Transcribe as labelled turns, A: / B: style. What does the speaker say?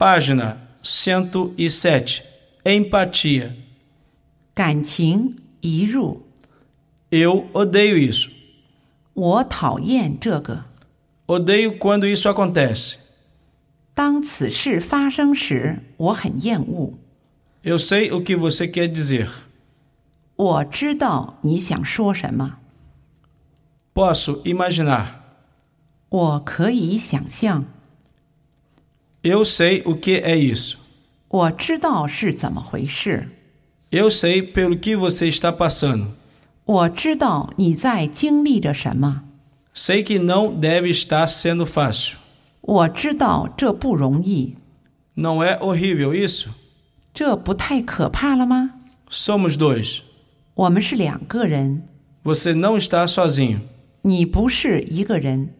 A: página 107. Empatia.
B: 感情移入，
A: Eu odeio isso.
B: 我讨厌这个。
A: Odeio quando isso acontece.
B: 当此事发生时，我很厌恶。
A: Eu sei o que você quer dizer.
B: 我知道你想说什么，
A: Posso imaginar.
B: 我可以想象，
A: Eu sei o que é isso.
B: 我知道是怎么回事，
A: Eu sei pelo que você está passando.
B: 我知道你在经历着什么，
A: Sei que não deve estar sendo fácil.
B: 我知道这不容易，
A: Não é horrível isso?
B: 这不太可怕了吗？
A: Somos dois.
B: 我们是两个人，
A: Você não está sozinho.
B: 你不是一个人，